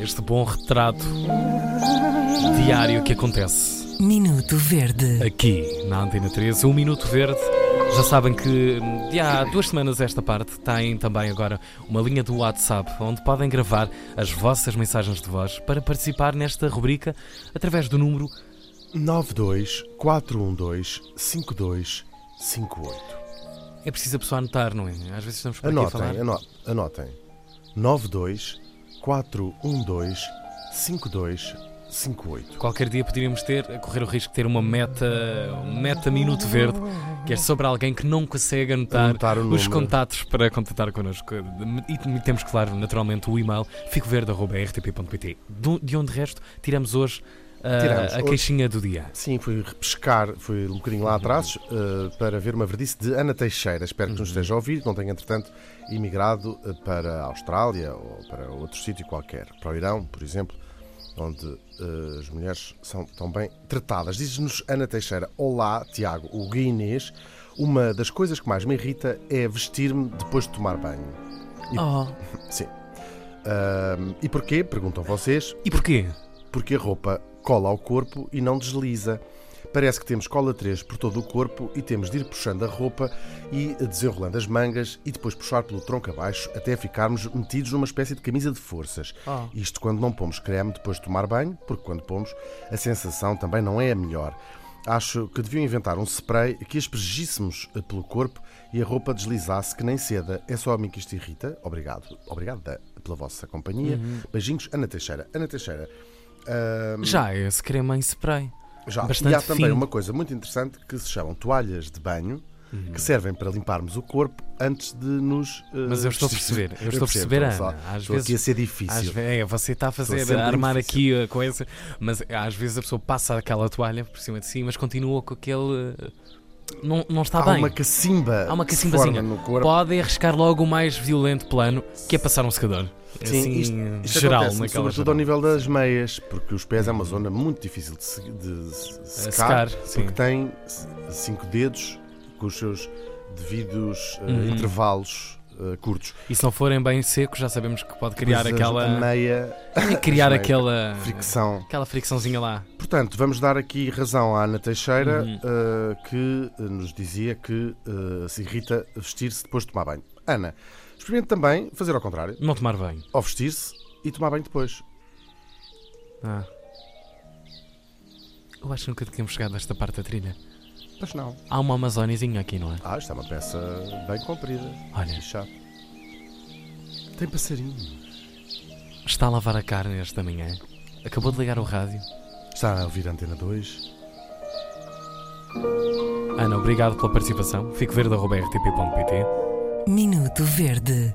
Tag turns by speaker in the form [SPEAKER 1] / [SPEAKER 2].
[SPEAKER 1] Este bom retrato diário que acontece
[SPEAKER 2] Minuto Verde.
[SPEAKER 1] aqui na Antena 13, um minuto verde. Já sabem que hum, de há duas semanas esta parte têm também agora uma linha do WhatsApp onde podem gravar as vossas mensagens de voz para participar nesta rubrica através do número
[SPEAKER 3] 924125258.
[SPEAKER 1] é preciso a pessoa anotar, não é? Às vezes estamos por aqui a falar.
[SPEAKER 3] Anotem, ano- anotem. um 924125258.
[SPEAKER 1] Qualquer dia poderíamos ter, a correr o risco de ter uma meta, um meta minuto verde, que é sobre alguém que não consegue anotar,
[SPEAKER 3] Anotar o
[SPEAKER 1] os
[SPEAKER 3] número.
[SPEAKER 1] contatos para contatar connosco. E temos, claro, naturalmente, o e-mail ficoverde.rtp.pt, do- de onde de resto tiramos hoje ah,
[SPEAKER 3] Tiramos
[SPEAKER 1] a
[SPEAKER 3] hoje.
[SPEAKER 1] caixinha do dia.
[SPEAKER 3] Sim, fui repescar, fui um bocadinho lá atrás eh, para ver uma verdice de Ana Teixeira. Espero que nos esteja a ouvir, que não tenha, entretanto, emigrado eh, para a Austrália ou para outro sítio qualquer, para o Irão, por exemplo, onde eh, as mulheres são tão bem tratadas. Diz-nos Ana Teixeira: Olá, Tiago, o Gui Inês. Uma das coisas que mais me irrita é vestir-me depois de tomar banho. E-
[SPEAKER 2] Oh,
[SPEAKER 3] Sim. Ahm, e porquê? Perguntam vocês.
[SPEAKER 1] E porquê?
[SPEAKER 3] Porque a roupa cola ao corpo e não desliza. Parece que temos cola 3 por todo o corpo e temos de ir puxando a roupa e desenrolando as mangas e depois puxar pelo tronco abaixo até ficarmos metidos numa espécie de camisa de forças. Isto quando não pomos creme depois de tomar banho, porque quando pomos a sensação também não é a melhor. Acho que deviam inventar um spray que aspergíssemos eh, pelo corpo e a roupa deslizasse que nem seda. É só a mim que isto irrita. Obrigado. Obrigado da- pela vossa companhia. Beijinhos, Ana Teixeira. Ana Teixeira,
[SPEAKER 1] Já,
[SPEAKER 3] Hum.
[SPEAKER 1] é esse creme em spray.
[SPEAKER 3] já.
[SPEAKER 1] Bastante
[SPEAKER 3] e há também
[SPEAKER 1] fino.
[SPEAKER 3] uma coisa muito interessante que se chamam toalhas de banho que servem para limparmos o corpo antes de nos. eh,
[SPEAKER 1] Mas eu estou a
[SPEAKER 3] vestir.
[SPEAKER 1] perceber, eu estou a
[SPEAKER 3] percebo,
[SPEAKER 1] perceber, Ana.
[SPEAKER 3] estou
[SPEAKER 1] Às
[SPEAKER 3] estou aqui a
[SPEAKER 1] vezes-
[SPEAKER 3] ser
[SPEAKER 1] Às
[SPEAKER 3] difícil.
[SPEAKER 1] ve- é, você está a fazer,
[SPEAKER 3] sempre
[SPEAKER 1] a armar
[SPEAKER 3] difícil.
[SPEAKER 1] aqui a coisa, mas às vezes a pessoa passa aquela toalha por cima de si, mas continua com aquele. eh, Não, não está
[SPEAKER 3] Há
[SPEAKER 1] bem.
[SPEAKER 3] uma cacimba.
[SPEAKER 1] Há uma
[SPEAKER 3] que se
[SPEAKER 1] cacimbazinha.
[SPEAKER 3] forma no corpo.
[SPEAKER 1] Podem arriscar logo o mais violento plano, que é passar um secador.
[SPEAKER 3] Sim,
[SPEAKER 1] assim,
[SPEAKER 3] isto, isto
[SPEAKER 1] geral,
[SPEAKER 3] acontece,
[SPEAKER 1] naquela
[SPEAKER 3] sobretudo
[SPEAKER 1] geral.
[SPEAKER 3] ao nível das meias, porque os pés é uma zona muito difícil de, se- de se-
[SPEAKER 1] A secar,
[SPEAKER 3] secar,
[SPEAKER 1] sim.
[SPEAKER 3] porque tem c- cinco dedos com os seus devidos eh,
[SPEAKER 1] Uhum.
[SPEAKER 3] intervalos eh, curtos.
[SPEAKER 1] E se não forem bem secos, já sabemos que pode criar
[SPEAKER 3] Mas a-
[SPEAKER 1] aquela.
[SPEAKER 3] a meia
[SPEAKER 1] criar
[SPEAKER 3] meia
[SPEAKER 1] aquela.
[SPEAKER 3] fricção.
[SPEAKER 1] Aquela fricçãozinha lá.
[SPEAKER 3] Portanto, vamos dar aqui razão à Ana Teixeira, eh, que eh, nos dizia que eh, se irrita vestir-se depois de tomar banho. Ana, experimente também fazer ao contrário,
[SPEAKER 1] Não tomar bem.
[SPEAKER 3] ou vestir-se e tomar banho depois.
[SPEAKER 1] Ah. Eu acho que nunca tínhamos chegado a esta parte da trilha.
[SPEAKER 3] Mas não.
[SPEAKER 1] Há uma Amazoniazinha aqui, não é?
[SPEAKER 3] Ah, isto é uma peça bem comprida.
[SPEAKER 1] Olha,
[SPEAKER 3] Que chato. Tem passarinho.
[SPEAKER 1] está a lavar a carne esta manhã. Acabou de ligar o rádio.
[SPEAKER 3] Está a ouvir a Antena 2?
[SPEAKER 1] Ana, obrigado pela participação. Fico verde.rtp.pt
[SPEAKER 2] Minuto Verde.